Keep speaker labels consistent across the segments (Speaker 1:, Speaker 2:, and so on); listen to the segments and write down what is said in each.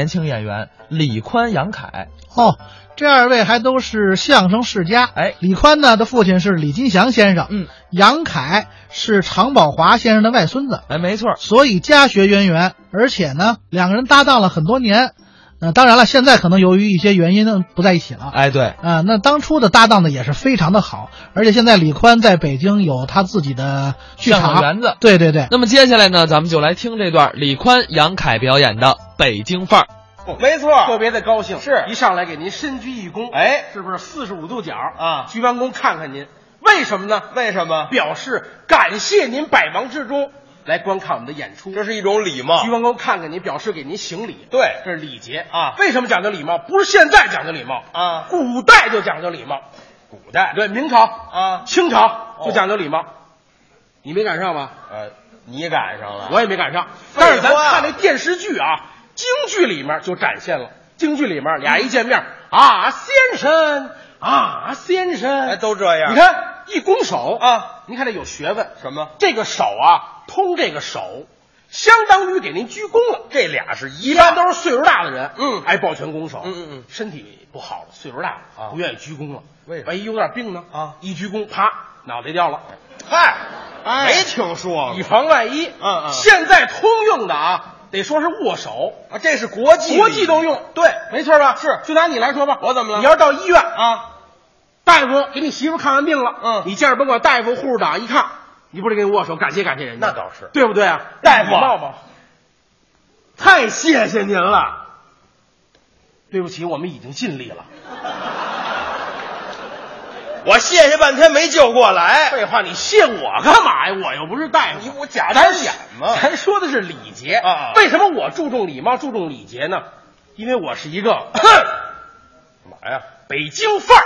Speaker 1: 年轻演员李宽、杨凯。
Speaker 2: 哦，这二位还都是相声世家。
Speaker 1: 哎
Speaker 2: 李宽呢，他父亲是李金祥先生，
Speaker 1: 嗯，
Speaker 2: 杨凯是常宝华先生的外孙子，
Speaker 1: 哎，没错，
Speaker 2: 所以家学渊源。而且呢，两个人搭档了很多年。呃，当然了，现在可能由于一些原因呢不在一起了。
Speaker 1: 哎，对，
Speaker 2: 啊，那当初的搭档呢也是非常的好，而且现在李宽在北京有他自己的剧
Speaker 1: 相声
Speaker 2: 场，
Speaker 1: 园子。
Speaker 2: 对对对，
Speaker 1: 那么接下来呢，咱们就来听这段李宽、杨凯表演的《北京范儿》。
Speaker 3: 没错，
Speaker 4: 哦特别的高兴，
Speaker 3: 是
Speaker 4: 一上来给您深鞠一躬，
Speaker 3: 哎
Speaker 4: 是不是四十五度角
Speaker 3: 啊
Speaker 4: 鞠完躬看看您，为什么呢？
Speaker 3: 为什么？
Speaker 4: 表示感谢您百忙之中来观看我们的演出，
Speaker 3: 这是一种礼貌
Speaker 4: 鞠。完躬看看您，表示给您行礼，
Speaker 3: 对
Speaker 4: 这是礼节
Speaker 3: 啊
Speaker 4: 为什么讲究礼貌？不是现在讲究礼貌
Speaker 3: 啊
Speaker 4: 古代就讲究礼貌，
Speaker 3: 古代
Speaker 4: 对，明朝
Speaker 3: 啊
Speaker 4: 清朝就
Speaker 3: 哦
Speaker 4: 讲究礼貌，你没赶上吧？
Speaker 3: 呃，你赶上了，
Speaker 4: 我也没赶上。
Speaker 3: 废话
Speaker 4: 但是咱看那电视剧啊，京剧里面就展现了。京剧里面俩
Speaker 3: 嗯
Speaker 4: 一见面啊，先生啊，先生，
Speaker 3: 哎都这样
Speaker 4: 你看一拱手
Speaker 3: 啊，
Speaker 4: 您看这有学问。
Speaker 3: 什么？
Speaker 4: 这个手啊，通这个手，相当于给您鞠躬了。
Speaker 3: 这俩是一
Speaker 4: 一
Speaker 3: 样
Speaker 4: 般
Speaker 3: 的。
Speaker 4: 都是岁数大的人，
Speaker 3: 嗯
Speaker 4: 爱抱拳拱手，
Speaker 3: 嗯嗯嗯
Speaker 4: 身体不好了，岁数大了，
Speaker 3: 啊
Speaker 4: 不愿意鞠躬了。
Speaker 3: 为什么
Speaker 4: 万一有点病呢？
Speaker 3: 啊
Speaker 4: 一鞠躬，啪，脑袋掉了。
Speaker 3: 嗨，没听
Speaker 2: 啊
Speaker 3: 说
Speaker 4: 以
Speaker 3: 过
Speaker 4: 防万一。
Speaker 3: 嗯嗯
Speaker 4: 现在通用的啊，得说是握手，
Speaker 3: 啊，这是国际
Speaker 4: 国际都
Speaker 3: 礼仪
Speaker 4: 用，对，没错吧？
Speaker 3: 是
Speaker 4: 就拿你来说吧，
Speaker 3: 我怎么了
Speaker 4: 你要到医院，
Speaker 3: 啊。
Speaker 4: 大夫给你媳妇看完病了，
Speaker 3: 嗯
Speaker 4: 你见着甭管大夫、护士长一看，你不得给我握手，感谢感谢人家，
Speaker 3: 那倒是
Speaker 4: 对不对啊？
Speaker 3: 大夫啊
Speaker 4: 礼貌吗？太谢谢您了。对不起，我们已经尽力了。
Speaker 3: 我谢谢半天没救过来，
Speaker 4: 废话，你谢我干嘛呀？我又不是大夫，
Speaker 3: 你我假
Speaker 4: 咱
Speaker 3: 装演嘛
Speaker 4: 咱说的是礼节
Speaker 3: 啊啊
Speaker 4: 为什么我注重礼貌、注重礼节呢？因为我是一 个
Speaker 3: 干嘛呀？
Speaker 4: 北京范儿。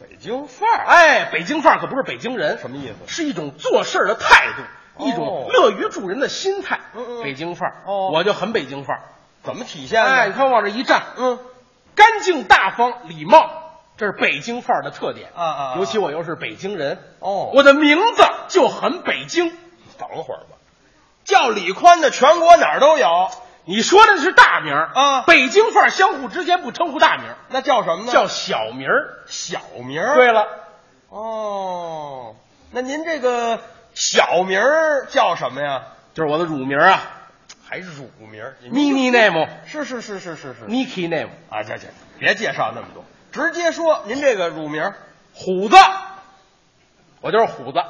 Speaker 3: 北京范儿，
Speaker 4: 哎，北京范儿可不是北京人，
Speaker 3: 什么意思
Speaker 4: 是一种做事儿的态度，
Speaker 3: 哦
Speaker 4: 一种乐于助人的心态。
Speaker 3: 嗯嗯
Speaker 4: 北京范儿，
Speaker 3: 哦
Speaker 4: 我就很北京范儿。
Speaker 3: 怎么体现的？
Speaker 4: 哎，你看我往这一站，
Speaker 3: 嗯，
Speaker 4: 干净大方、礼貌，这是北京范儿的特点。
Speaker 3: 啊啊啊
Speaker 4: 尤其我又是北京人，
Speaker 3: 哦
Speaker 4: 我的名字就很北京。
Speaker 3: 等会儿吧。叫李宽的全国哪儿都有，
Speaker 4: 你说的是大名儿
Speaker 3: 啊
Speaker 4: 北京范儿相互之间不称呼大名儿，
Speaker 3: 那叫什么呢？
Speaker 4: 叫小名儿。
Speaker 3: 小名。
Speaker 4: 对，了，
Speaker 3: 哦，那您这个小名儿叫什么呀？
Speaker 4: 就是我的乳名儿啊
Speaker 3: 还乳名儿你
Speaker 4: ，mini name，Niki
Speaker 3: 是是是是是是
Speaker 4: name，
Speaker 3: 啊，这这别介绍那么多，直接说您这个乳名，
Speaker 4: 虎子，我就是虎子。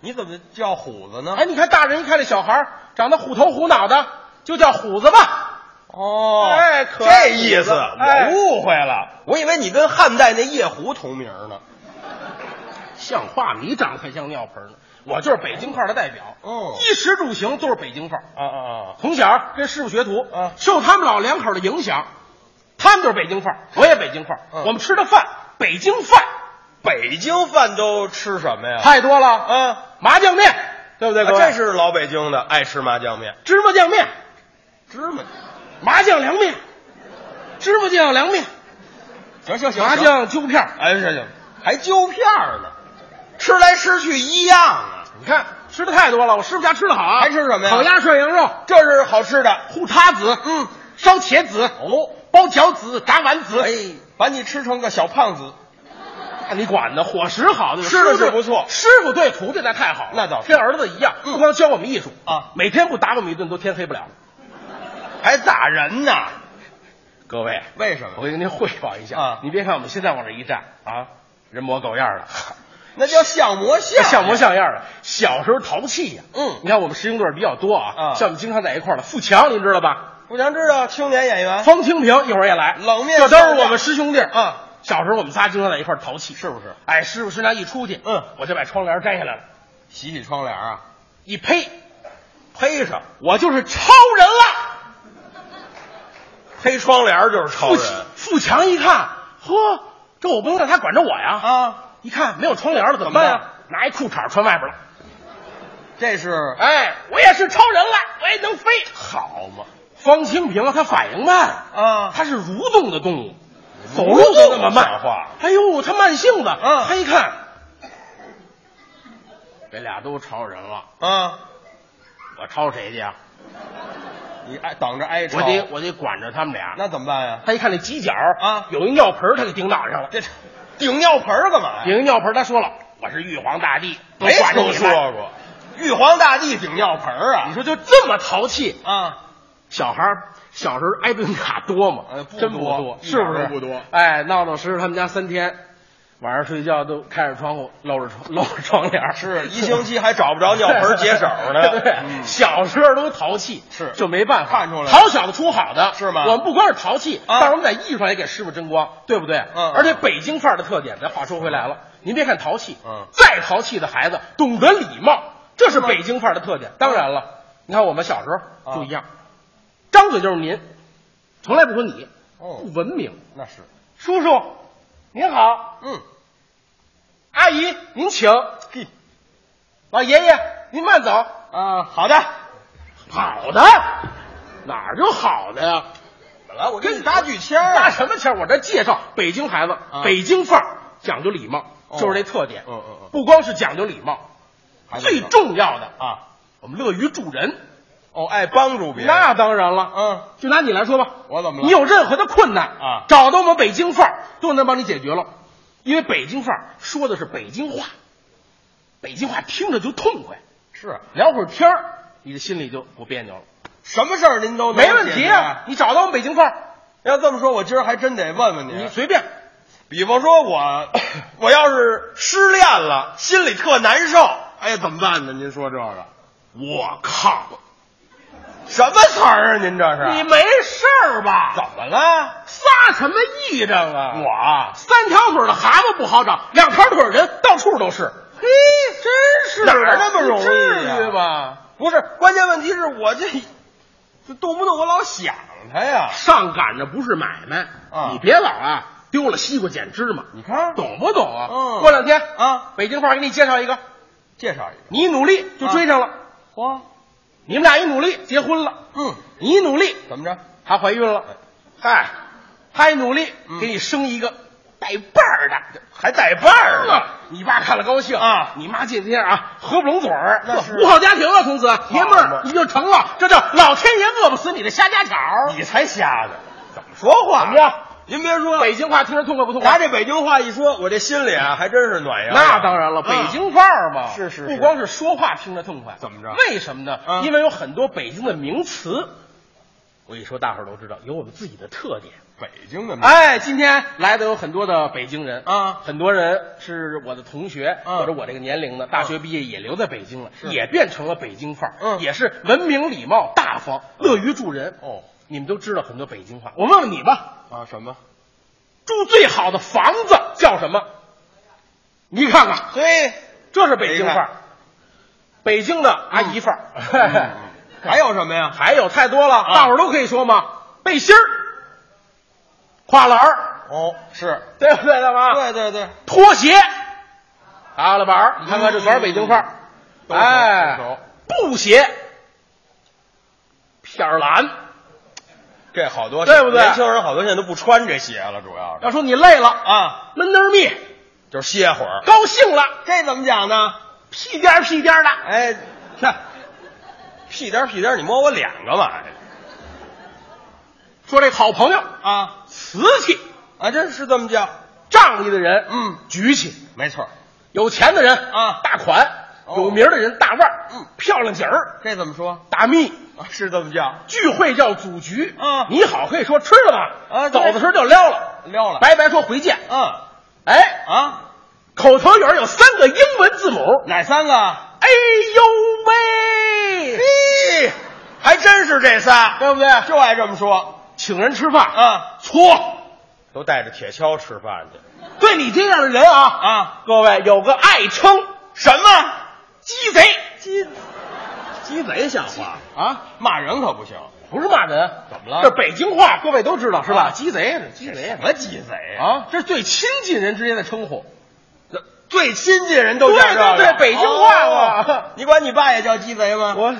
Speaker 3: 你怎么叫虎子呢？
Speaker 4: 哎，你看大人一看这小孩儿长得虎头虎脑的，就叫虎子吧。
Speaker 3: 哦
Speaker 4: 哎可
Speaker 3: 这意思
Speaker 4: 哎
Speaker 3: 我误会了，我以为你跟汉代那夜壶同名呢。
Speaker 4: 像话吗，你长得才像尿盆呢。我就是北京范儿的代表，
Speaker 3: 哦
Speaker 4: 衣食住行都是北京范儿。
Speaker 3: 啊啊
Speaker 4: 从小跟师傅学徒，
Speaker 3: 啊
Speaker 4: 受他们老两口的影响，他们就是北京范儿，我也北京范儿。
Speaker 3: 嗯
Speaker 4: 我们吃的饭，北京饭
Speaker 3: 北京饭都吃什么呀？
Speaker 4: 太多了，
Speaker 3: 啊，
Speaker 4: 麻酱面，对不对？
Speaker 3: 哎啊
Speaker 4: 各位
Speaker 3: 这是老北京的，爱吃麻酱面。
Speaker 4: 芝麻酱面、
Speaker 3: 芝麻，
Speaker 4: 麻酱凉面、芝麻酱凉面、
Speaker 3: 行行行，
Speaker 4: 麻
Speaker 3: 行，
Speaker 4: 酱揪片儿。
Speaker 3: 哎行行，还揪片儿呢，吃来吃去一样啊。
Speaker 4: 你看吃的太多了，我师傅家吃的好啊，
Speaker 3: 还吃什么呀
Speaker 4: 烤鸭、涮羊肉、
Speaker 3: 这是好吃的，
Speaker 4: 护塌子，
Speaker 3: 嗯，
Speaker 4: 烧茄子，
Speaker 3: 哦，
Speaker 4: 包饺子、炸丸子。
Speaker 3: 哎，把你吃成个小胖子，
Speaker 4: 那你管呢？伙食好，对吧
Speaker 3: 吃的
Speaker 4: 师傅
Speaker 3: 是不错
Speaker 4: 师傅对徒弟那太好了，
Speaker 3: 那倒是
Speaker 4: 跟儿子一样，
Speaker 3: 嗯
Speaker 4: 不光教我们艺术
Speaker 3: 啊
Speaker 4: 每天不打我们一顿都天黑不了。
Speaker 3: 还打人呢？
Speaker 4: 各位，
Speaker 3: 为什
Speaker 4: 我
Speaker 3: 么？
Speaker 4: 给您汇报一下
Speaker 3: 啊
Speaker 4: 你别看我们现在往这一站啊，人模狗样的，
Speaker 3: 那叫像模 像，
Speaker 4: 像模。像样的。小时候淘气呀，
Speaker 3: 嗯
Speaker 4: 你看我们师兄弟比较多啊，
Speaker 3: 啊
Speaker 4: 像我们经常在一块儿的富强，您知道吧？
Speaker 3: 我想知道青年演员
Speaker 4: 方清平一会儿也来，
Speaker 3: 冷面
Speaker 4: 这都是我们师兄弟
Speaker 3: 嗯。
Speaker 4: 小时候我们仨经常在一块儿淘气，是不是？哎，师傅身上一出去，
Speaker 3: 嗯，
Speaker 4: 我就把窗帘摘下来了，
Speaker 3: 洗洗窗帘啊，
Speaker 4: 一呸，
Speaker 3: 披上，
Speaker 4: 我就是超人了。
Speaker 3: 黑窗帘就是超
Speaker 4: 富
Speaker 3: 人
Speaker 4: 富强一看，呵，这我不能让他管着我呀！
Speaker 3: 啊。
Speaker 4: 一看没有窗帘了，怎么办呀？拿一裤衩穿外边了。
Speaker 3: 这是
Speaker 4: 哎，我也是超人了，我也能飞，好嘛！方清平他反应慢，
Speaker 3: 啊，
Speaker 4: 他是蠕动的动物，走路都那么慢
Speaker 3: 像话。
Speaker 4: 哎呦，他慢性子。
Speaker 3: 嗯
Speaker 4: 他一看，啊这俩都超人了，
Speaker 3: 啊，
Speaker 4: 我超谁去呀？
Speaker 3: 你挨等着挨抽，
Speaker 4: 啊我得我得管着他们俩。
Speaker 3: 那怎么办呀？
Speaker 4: 他一看这犄角
Speaker 3: 啊
Speaker 4: 有一尿盆儿，他给顶脑上了。
Speaker 3: 这顶尿盆儿干嘛呀？
Speaker 4: 顶尿盆儿，他说了，我是玉皇大帝，都
Speaker 3: 没
Speaker 4: 管着
Speaker 3: 听
Speaker 4: 你
Speaker 3: 说
Speaker 4: 们。
Speaker 3: 过，玉皇大帝顶尿盆儿啊？
Speaker 4: 你说就这么淘气，
Speaker 3: 啊，
Speaker 4: 小孩儿小时候挨顿打多吗？
Speaker 3: 呃不
Speaker 4: 真
Speaker 3: 多
Speaker 4: 多，
Speaker 3: 一
Speaker 4: 是不
Speaker 3: 点
Speaker 4: 是
Speaker 3: 都不多？
Speaker 4: 哎，闹闹实实他们家三天，晚上睡觉都开着窗户，露着窗，露着窗帘儿，
Speaker 3: 是一星期还找不着尿盆儿解手 呢。
Speaker 4: 对，
Speaker 3: 嗯
Speaker 4: 小时候都淘气，
Speaker 3: 是
Speaker 4: 就没办法，
Speaker 3: 看出来了
Speaker 4: 好小子出好的，
Speaker 3: 是吗
Speaker 4: 我们不光是淘气，
Speaker 3: 啊
Speaker 4: 但是我们在艺术上也给师傅争光，对不对？
Speaker 3: 嗯
Speaker 4: 而且北京范儿的特点，咱话说回来了，您别看淘气，
Speaker 3: 嗯
Speaker 4: 再淘气的孩子懂得礼貌，这是北京范儿的特点。当然了，你看我们小时候
Speaker 3: 啊
Speaker 4: 就一样，张嘴就是您，从来不说你，
Speaker 3: 哦
Speaker 4: 不文明。
Speaker 3: 那是，
Speaker 4: 叔叔，您好，
Speaker 3: 嗯，
Speaker 4: 阿姨您请，
Speaker 3: 嘿
Speaker 4: 老爷爷您慢走，
Speaker 3: 啊，好的，
Speaker 4: 好的，哪儿就好的呀？
Speaker 3: 本来我跟你搭句签儿
Speaker 4: 搭
Speaker 3: 啊，
Speaker 4: 什么签儿？我这介绍北京孩子，
Speaker 3: 啊
Speaker 4: 北京范儿讲究礼貌，
Speaker 3: 哦
Speaker 4: 就是这特点。
Speaker 3: 嗯嗯嗯
Speaker 4: 不光是讲究礼貌，
Speaker 3: 还得
Speaker 4: 最
Speaker 3: 说
Speaker 4: 重要的，
Speaker 3: 啊，
Speaker 4: 我们乐于助人。
Speaker 3: 哦，爱帮助别人，
Speaker 4: 那当然了，
Speaker 3: 嗯，
Speaker 4: 就拿你来说吧，
Speaker 3: 我怎么了
Speaker 4: 你有任何的困难
Speaker 3: 啊
Speaker 4: 找到我们北京范儿都能帮你解决了，因为北京范儿说的是北京话，北京话听着就痛快，
Speaker 3: 是啊
Speaker 4: 聊会儿天儿，你的心里就不别扭了，
Speaker 3: 什么事儿您都能
Speaker 4: 没问
Speaker 3: 解
Speaker 4: 题
Speaker 3: 决
Speaker 4: 啊。。你找到我们北京范儿，
Speaker 3: 要这么说，我今儿还真得问问
Speaker 4: 你
Speaker 3: 您，
Speaker 4: 随便。
Speaker 3: 比方 说我，我要是失恋了，心里特难受，哎，怎么办呢？您说这个
Speaker 4: 我靠，
Speaker 3: 什么词儿啊？您这是
Speaker 4: 你没事儿吧？
Speaker 3: 怎么了？
Speaker 4: 撒什么意仗啊！
Speaker 3: 我啊
Speaker 4: 三条腿的蛤蟆不好找，两条腿人到处都是。嘿，真是
Speaker 3: 哪儿那么容易呀
Speaker 4: 至于吗？
Speaker 3: 不是，关键问题是我这这动不动我老想他呀。
Speaker 4: 上赶着不是买卖，
Speaker 3: 啊
Speaker 4: 你别老啊丢了西瓜捡芝麻，
Speaker 3: 你看，
Speaker 4: 懂不懂啊？
Speaker 3: 嗯
Speaker 4: 过两天
Speaker 3: 啊，
Speaker 4: 北京范儿给你介绍一个，
Speaker 3: 介绍一个。
Speaker 4: 你一努力就追
Speaker 3: 啊
Speaker 4: 上了。
Speaker 3: 嚯，
Speaker 4: 你们俩一努力结婚了，
Speaker 3: 嗯，
Speaker 4: 你一努力
Speaker 3: 怎么着？
Speaker 4: 她怀孕了，嗨，她一努力
Speaker 3: 哎嗯
Speaker 4: 给你生一个带把儿的。
Speaker 3: 还带伴儿呢？
Speaker 4: 啊！你爸看了高兴
Speaker 3: 啊
Speaker 4: 你妈见这样啊，合不拢嘴儿，
Speaker 3: 那是
Speaker 4: 五好家庭了，啊从此爷们
Speaker 3: 好嘛
Speaker 4: 儿你就成了，这叫老天爷饿不死你的瞎家巧儿。
Speaker 3: 你才瞎呢！怎么说话？
Speaker 4: 怎么着？
Speaker 3: 您别说，
Speaker 4: 北京话听着痛快不痛快？哎
Speaker 3: 拿这北京话一说，我这心里啊还真是暖洋洋。
Speaker 4: 那当然了，
Speaker 3: 嗯
Speaker 4: 北京范儿嘛，
Speaker 3: 是是是
Speaker 4: 不光是说话听着痛快，
Speaker 3: 怎么着
Speaker 4: 为什么呢？
Speaker 3: 嗯
Speaker 4: 因为有很多北京的名词，我一说大伙儿都知道，有我们自己的特点。
Speaker 3: 北京的嘛
Speaker 4: 哎，今天来的有很多的北京人
Speaker 3: 啊
Speaker 4: 很多人是我的同学，
Speaker 3: 嗯
Speaker 4: 或者我这个年龄的，大学毕业也留在北京了，
Speaker 3: 是
Speaker 4: 也变成了北京范儿，
Speaker 3: 嗯
Speaker 4: 也是文明礼貌、大方、乐于助人。
Speaker 3: 哦
Speaker 4: 你们都知道很多北京话，我问问你吧，
Speaker 3: 啊 什么？
Speaker 4: 住最好的房子叫什么？你看看，
Speaker 3: 嘿，
Speaker 4: 这是北京范儿
Speaker 3: 没，
Speaker 4: 北京的阿姨范儿。
Speaker 3: 嗯还有什么呀？啊
Speaker 4: 还有太多了， 大伙儿都可以说嘛，背心儿、跨栏儿，
Speaker 3: 哦，是，
Speaker 4: 对不对，大妈？
Speaker 3: 对对对，
Speaker 4: 拖鞋，阿拉板儿，你看看这全是北京范儿。
Speaker 3: 嗯都熟都熟
Speaker 4: 哎，布鞋，片儿蓝。
Speaker 3: 这好多
Speaker 4: 对不对
Speaker 3: 年轻人好多现在都不穿这鞋了，主要是
Speaker 4: 要说你累了，
Speaker 3: 啊，
Speaker 4: 闷得儿蜜，
Speaker 3: 就是歇会儿。
Speaker 4: 高兴了，
Speaker 3: 这怎么讲呢？
Speaker 4: 屁颠儿屁颠儿的。
Speaker 3: 哎，看，屁颠儿屁颠儿，你摸我脸干嘛呀？
Speaker 4: 说这好朋友
Speaker 3: 啊
Speaker 4: 瓷器，
Speaker 3: 啊，这是这么叫，
Speaker 4: 仗义的人，
Speaker 3: 嗯，
Speaker 4: 举起；
Speaker 3: 没错儿，
Speaker 4: 有钱的人
Speaker 3: 啊
Speaker 4: 大款；
Speaker 3: 哦
Speaker 4: 有名儿的人，大腕儿；
Speaker 3: 嗯
Speaker 4: 漂亮姐儿，
Speaker 3: 这怎么说？
Speaker 4: 大蜜。
Speaker 3: 啊 是这么叫，
Speaker 4: 聚会叫组局，
Speaker 3: 嗯
Speaker 4: 你好可以说吃了吧，
Speaker 3: 啊
Speaker 4: 走
Speaker 3: 对
Speaker 4: 的时候就撩了，
Speaker 3: 撩了，
Speaker 4: 拜拜说回见，
Speaker 3: 嗯
Speaker 4: 哎，
Speaker 3: 啊，
Speaker 4: 口头语儿有三个英文字母，
Speaker 3: 哪三个？
Speaker 4: 哎呦喂，
Speaker 3: 嘿，还真是这仨，
Speaker 4: 对不对？
Speaker 3: 就爱这么说
Speaker 4: 请人吃饭，
Speaker 3: 啊，
Speaker 4: 搓，
Speaker 3: 都带着铁锹吃饭去
Speaker 4: 对你这样的人啊
Speaker 3: 啊，
Speaker 4: 各位有个爱称
Speaker 3: 什么？
Speaker 4: 鸡贼
Speaker 3: 鸡鸡贼像话，
Speaker 4: 啊，
Speaker 3: 骂人可不行，
Speaker 4: 不是骂人，
Speaker 3: 怎么了
Speaker 4: 这北京话各位都知道是吧？
Speaker 3: 啊
Speaker 4: 鸡贼，鸡贼
Speaker 3: 什么鸡贼啊？
Speaker 4: 啊，这是最亲近人之间的称呼，
Speaker 3: 最亲近人都叫这个
Speaker 4: 对对对北京话嘛
Speaker 3: 哦你管你爸也叫鸡贼吗？
Speaker 4: 我。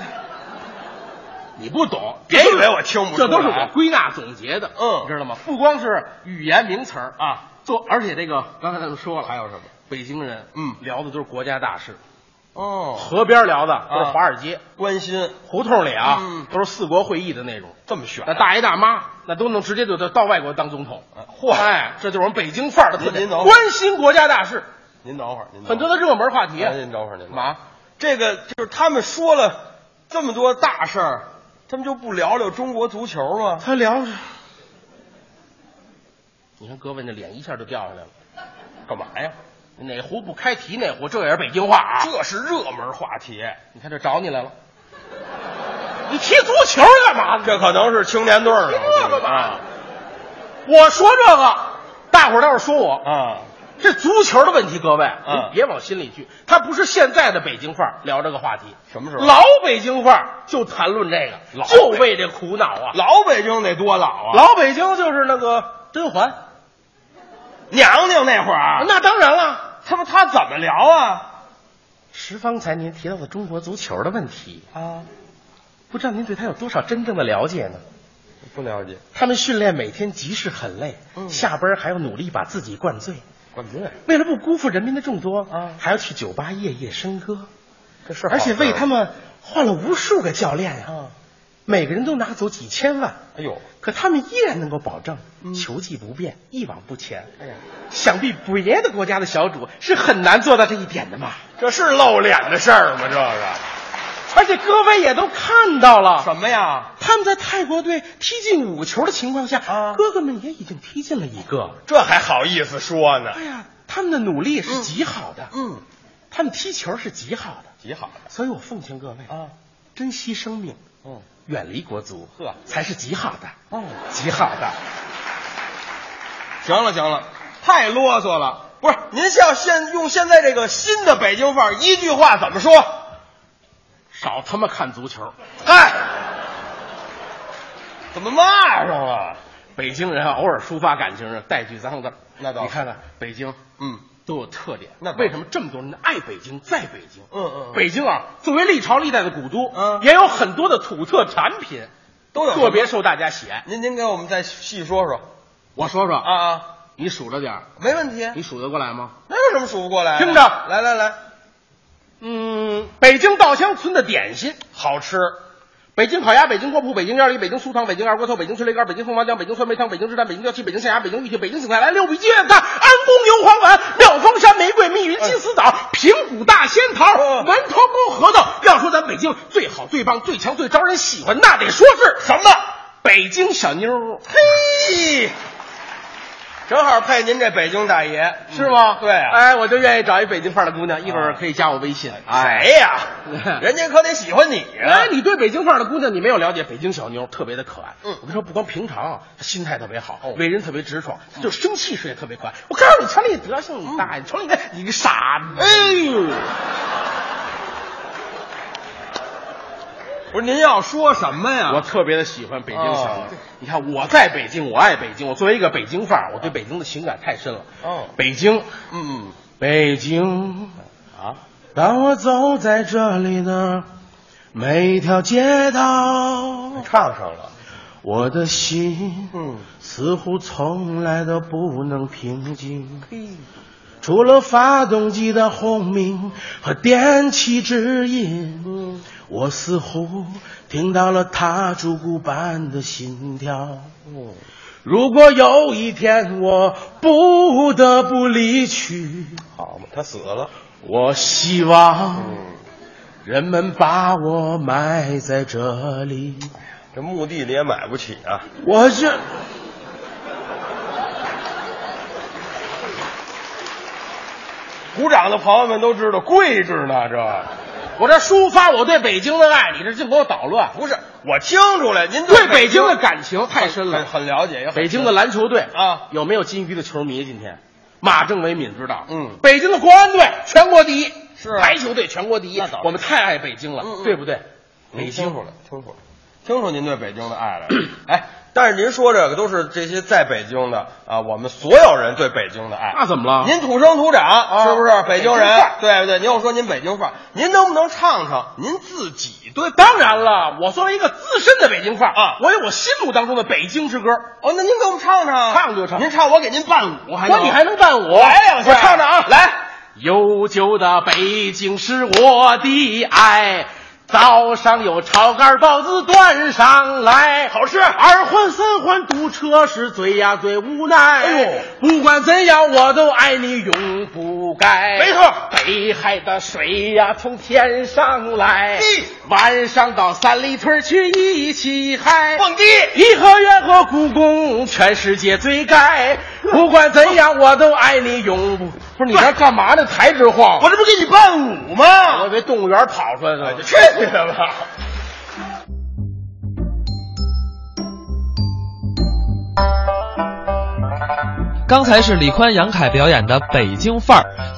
Speaker 4: 你不懂，
Speaker 3: 别以为我听不出
Speaker 4: 这
Speaker 3: 来
Speaker 4: 都是我归纳总结的，
Speaker 3: 嗯
Speaker 4: 你知道吗？不光是语言名词儿，
Speaker 3: 啊，
Speaker 4: 做而且这个刚才咱们说了，
Speaker 3: 还有什么？
Speaker 4: 北京人，
Speaker 3: 嗯
Speaker 4: 聊的都是国家大事，啊
Speaker 3: 哦，
Speaker 4: 河边聊的都是华尔街，
Speaker 3: 关心
Speaker 4: 胡同里啊、
Speaker 3: 嗯
Speaker 4: 都是四国会议的那种。
Speaker 3: 这么选
Speaker 4: 那，大爷大妈那都能直接就到到外国当总统，
Speaker 3: 嚯
Speaker 4: 哎，这就是我们北京范儿的特
Speaker 3: 您
Speaker 4: 点，
Speaker 3: 您能
Speaker 4: 关心国家大事，
Speaker 3: 您等会儿，您等会儿
Speaker 4: 很多的热门话题。
Speaker 3: 哎您等会儿，您等会儿
Speaker 4: 嘛，
Speaker 3: 这个就是他们说了这么多大事儿，他们就不聊聊中国足球吗？
Speaker 4: 他聊着，你看各位那脸一下就掉下来了，干嘛呀？哪壶不开提哪壶，这也是北京话啊！
Speaker 3: 这是热门话题，
Speaker 4: 你看这找你来了，你踢足球干嘛呢？
Speaker 3: 这可能是青年队儿
Speaker 4: 你
Speaker 3: 呢。嗯
Speaker 4: 这干
Speaker 3: 我觉得
Speaker 4: 嘛呀？我说这个，大伙儿倒是说我
Speaker 3: 啊啊，
Speaker 4: 这足球的问题，各位，
Speaker 3: 嗯
Speaker 4: 您别往心里去，它不是现在的北京话儿聊这个话题，
Speaker 3: 什么时候？
Speaker 4: 老北京话儿就谈论这个，
Speaker 3: 老
Speaker 4: 就为这苦恼啊！
Speaker 3: 老北京啊得多老啊！
Speaker 4: 老北京就是那个甄嬛，
Speaker 3: 娘娘那会儿啊，
Speaker 4: 那当然了。
Speaker 3: 他们他怎么聊啊？
Speaker 4: 是方才您提到的中国足球的问题，
Speaker 3: 啊，
Speaker 4: 不知道您对它有多少真正的了解呢？
Speaker 3: 不了解，
Speaker 4: 他们训练每天极是很累，
Speaker 3: 嗯
Speaker 4: 下班还要努力把自己灌醉，
Speaker 3: 管不对，
Speaker 4: 为了不辜负人民的众多，
Speaker 3: 啊
Speaker 4: 还要去酒吧夜夜笙歌，
Speaker 3: 这事儿好啊
Speaker 4: 而且为
Speaker 3: 事儿
Speaker 4: 他们换了无数个教练呀、
Speaker 3: 啊，
Speaker 4: 每个人都拿走几千万，
Speaker 3: 哎呦，
Speaker 4: 可他们依然能够保证
Speaker 3: 嗯
Speaker 4: 球技不变，一往不前。
Speaker 3: 哎呀，
Speaker 4: 想必别的国家的小主是很难做到这一点的嘛。
Speaker 3: 这是露脸的事儿吗？这个
Speaker 4: 而且各位也都看到了，
Speaker 3: 什么呀？
Speaker 4: 他们在泰国队踢进五球的情况下，
Speaker 3: 啊
Speaker 4: 哥哥们也已经踢进了一个。
Speaker 3: 这还好意思说呢
Speaker 4: 哎？呀，他们的努力是极好的，
Speaker 3: 嗯，
Speaker 4: 他们踢球是极好的，
Speaker 3: 极好的
Speaker 4: 所以我奉劝各位，
Speaker 3: 啊，
Speaker 4: 珍惜生命，
Speaker 3: 嗯，
Speaker 4: 远离国足，
Speaker 3: 呵
Speaker 4: 才是极好的，
Speaker 3: 哦
Speaker 4: 极好的。
Speaker 3: 行了行了，太啰嗦了。不是，您像现用现在这个新的北京范儿，一句话怎么说？
Speaker 4: 少他妈看足球，
Speaker 3: 嗨，怎么骂上了？
Speaker 4: 哎北京人啊，偶尔抒发感情啊，带句脏字儿。
Speaker 3: 那倒是
Speaker 4: 你看看北京
Speaker 3: 嗯
Speaker 4: 都有特点，
Speaker 3: 那倒是
Speaker 4: 为什么这么多人爱北京，在北京？
Speaker 3: 嗯嗯，
Speaker 4: 北京啊，作为历朝历代的古都，
Speaker 3: 嗯
Speaker 4: 也有很多的土特产品，
Speaker 3: 都有什么
Speaker 4: 特别受大家喜爱。
Speaker 3: 您您给我们再细说说
Speaker 4: 我说说，
Speaker 3: 啊啊，
Speaker 4: 你数着点儿，
Speaker 3: 没问题，
Speaker 4: 你数得过来吗？
Speaker 3: 那有什么数不过来的？
Speaker 4: 听着
Speaker 3: 来来来，
Speaker 4: 嗯，北京稻香村的点心好吃，北京烤鸭、北京锅铺、北京料理、北京酥汤、北京二锅头、北京脆肋干、北京凤凰浆、北京酸梅汤、北京汁蛋、北京吊漆、北京象牙、北京玉铁、北京紫菜来、六必居、安宫牛黄丸、妙峰山玫瑰、密云金丝枣、平谷大仙桃、
Speaker 3: 嗯
Speaker 4: 门头沟核桃。要说咱北京最好、最棒、最强、最招人喜欢，那得说是什么？北京小妞儿，
Speaker 3: 嘿，正好配您这北京大爷，
Speaker 4: 是吗？
Speaker 3: 对啊，
Speaker 4: 哎，我就愿意找一北京范儿的姑娘，一会儿可以加我微信。哎
Speaker 3: 谁 呀？人家可得喜欢你啊
Speaker 4: 哎，
Speaker 3: 呀。
Speaker 4: 你对北京范儿的姑娘你没有了解，北京小妞特别的可爱。
Speaker 3: 嗯
Speaker 4: 我跟你说，不光平常啊，她心态特别好，
Speaker 3: 哦
Speaker 4: 为人特别直爽，她就生气时也特别可爱。我告诉你，瞧你德行，你大爷，瞧你那，你个傻逼！
Speaker 3: 嗯哎呦，不是您要说什么呀？嗯
Speaker 4: 我特别的喜欢北京小妞
Speaker 3: 哦。
Speaker 4: 你看，我在北京，我爱北京，我作为一个北京范儿，我对北京的情感太深了。
Speaker 3: 嗯哦
Speaker 4: 北京，
Speaker 3: 嗯
Speaker 4: 北京，
Speaker 3: 啊，
Speaker 4: 当我走在这里的每一条街道，
Speaker 3: 唱上了，
Speaker 4: 我的心。
Speaker 3: 嗯，
Speaker 4: 似乎从来都不能平静，
Speaker 3: 嘿，
Speaker 4: 除了发动机的轰鸣和电气指引，我似乎听到了他烛骨般的心跳。
Speaker 3: 嗯，
Speaker 4: 如果有一天我不得不离去，
Speaker 3: 好嘛，他死了，
Speaker 4: 我希望
Speaker 3: 嗯，
Speaker 4: 人们把我埋在这里。
Speaker 3: 这墓地里也买不起啊。
Speaker 4: 我是。
Speaker 3: 鼓掌的朋友们都知道贵着呢，这
Speaker 4: 我这抒发我对北京的爱，你这净给我捣乱。
Speaker 3: 不是我听出来，您
Speaker 4: 对北京的感情太深了
Speaker 3: 很。很了解，也很
Speaker 4: 北京的篮球队
Speaker 3: 啊
Speaker 4: 有没有金鱼的球迷？今天马政委敏知道，
Speaker 3: 嗯
Speaker 4: 北京的国安队全国第一，
Speaker 3: 是啊
Speaker 4: 排球队全国第一
Speaker 3: 那倒是，
Speaker 4: 我们太爱北京了，
Speaker 3: 嗯嗯
Speaker 4: 对不对？
Speaker 3: 您
Speaker 4: 北
Speaker 3: 听
Speaker 4: 京
Speaker 3: 出来，听出来，听出您对北京的爱来了。哎，但是您说这个都是这些在北京的啊，我们所有人对北京的爱。
Speaker 4: 那怎么了？
Speaker 3: 您土生土长，
Speaker 4: 啊
Speaker 3: 是不啊是北京
Speaker 4: 北京
Speaker 3: 人
Speaker 4: 范儿？
Speaker 3: 对不对？您又说您北京范儿，您能不能唱唱您自己对？
Speaker 4: 当然了，我作为一个资深的北京范儿
Speaker 3: 啊
Speaker 4: 我有我心目当中的北京之歌。
Speaker 3: 哦，那您给我们唱唱，
Speaker 4: 唱就唱
Speaker 3: 您唱我给您伴舞，还
Speaker 4: 那你还能伴舞？
Speaker 3: 来两下，
Speaker 4: 我唱唱啊！
Speaker 3: 来，
Speaker 4: 悠久的北京是我的爱。早上有炒肝包子端上来，好吃。二环三环堵车是最呀最无奈。
Speaker 3: 哎呦
Speaker 4: 不管怎样我都爱你，永不改。
Speaker 3: 没错
Speaker 4: 北海的水呀从天上来
Speaker 3: 咦，
Speaker 4: 晚上到三里屯去一起嗨。
Speaker 3: 蹦迪
Speaker 4: 颐和园和故宫，全世界最该。不管怎样，我都爱你，永不。嗯不是你这干嘛呢？台之晃，
Speaker 3: 我这不是给你伴舞吗？
Speaker 4: 我以为动物园跑出来
Speaker 3: 哎
Speaker 4: 的
Speaker 3: 去。你的吧！
Speaker 1: 刚才是李宽、杨凯表演的《北京范儿》，听。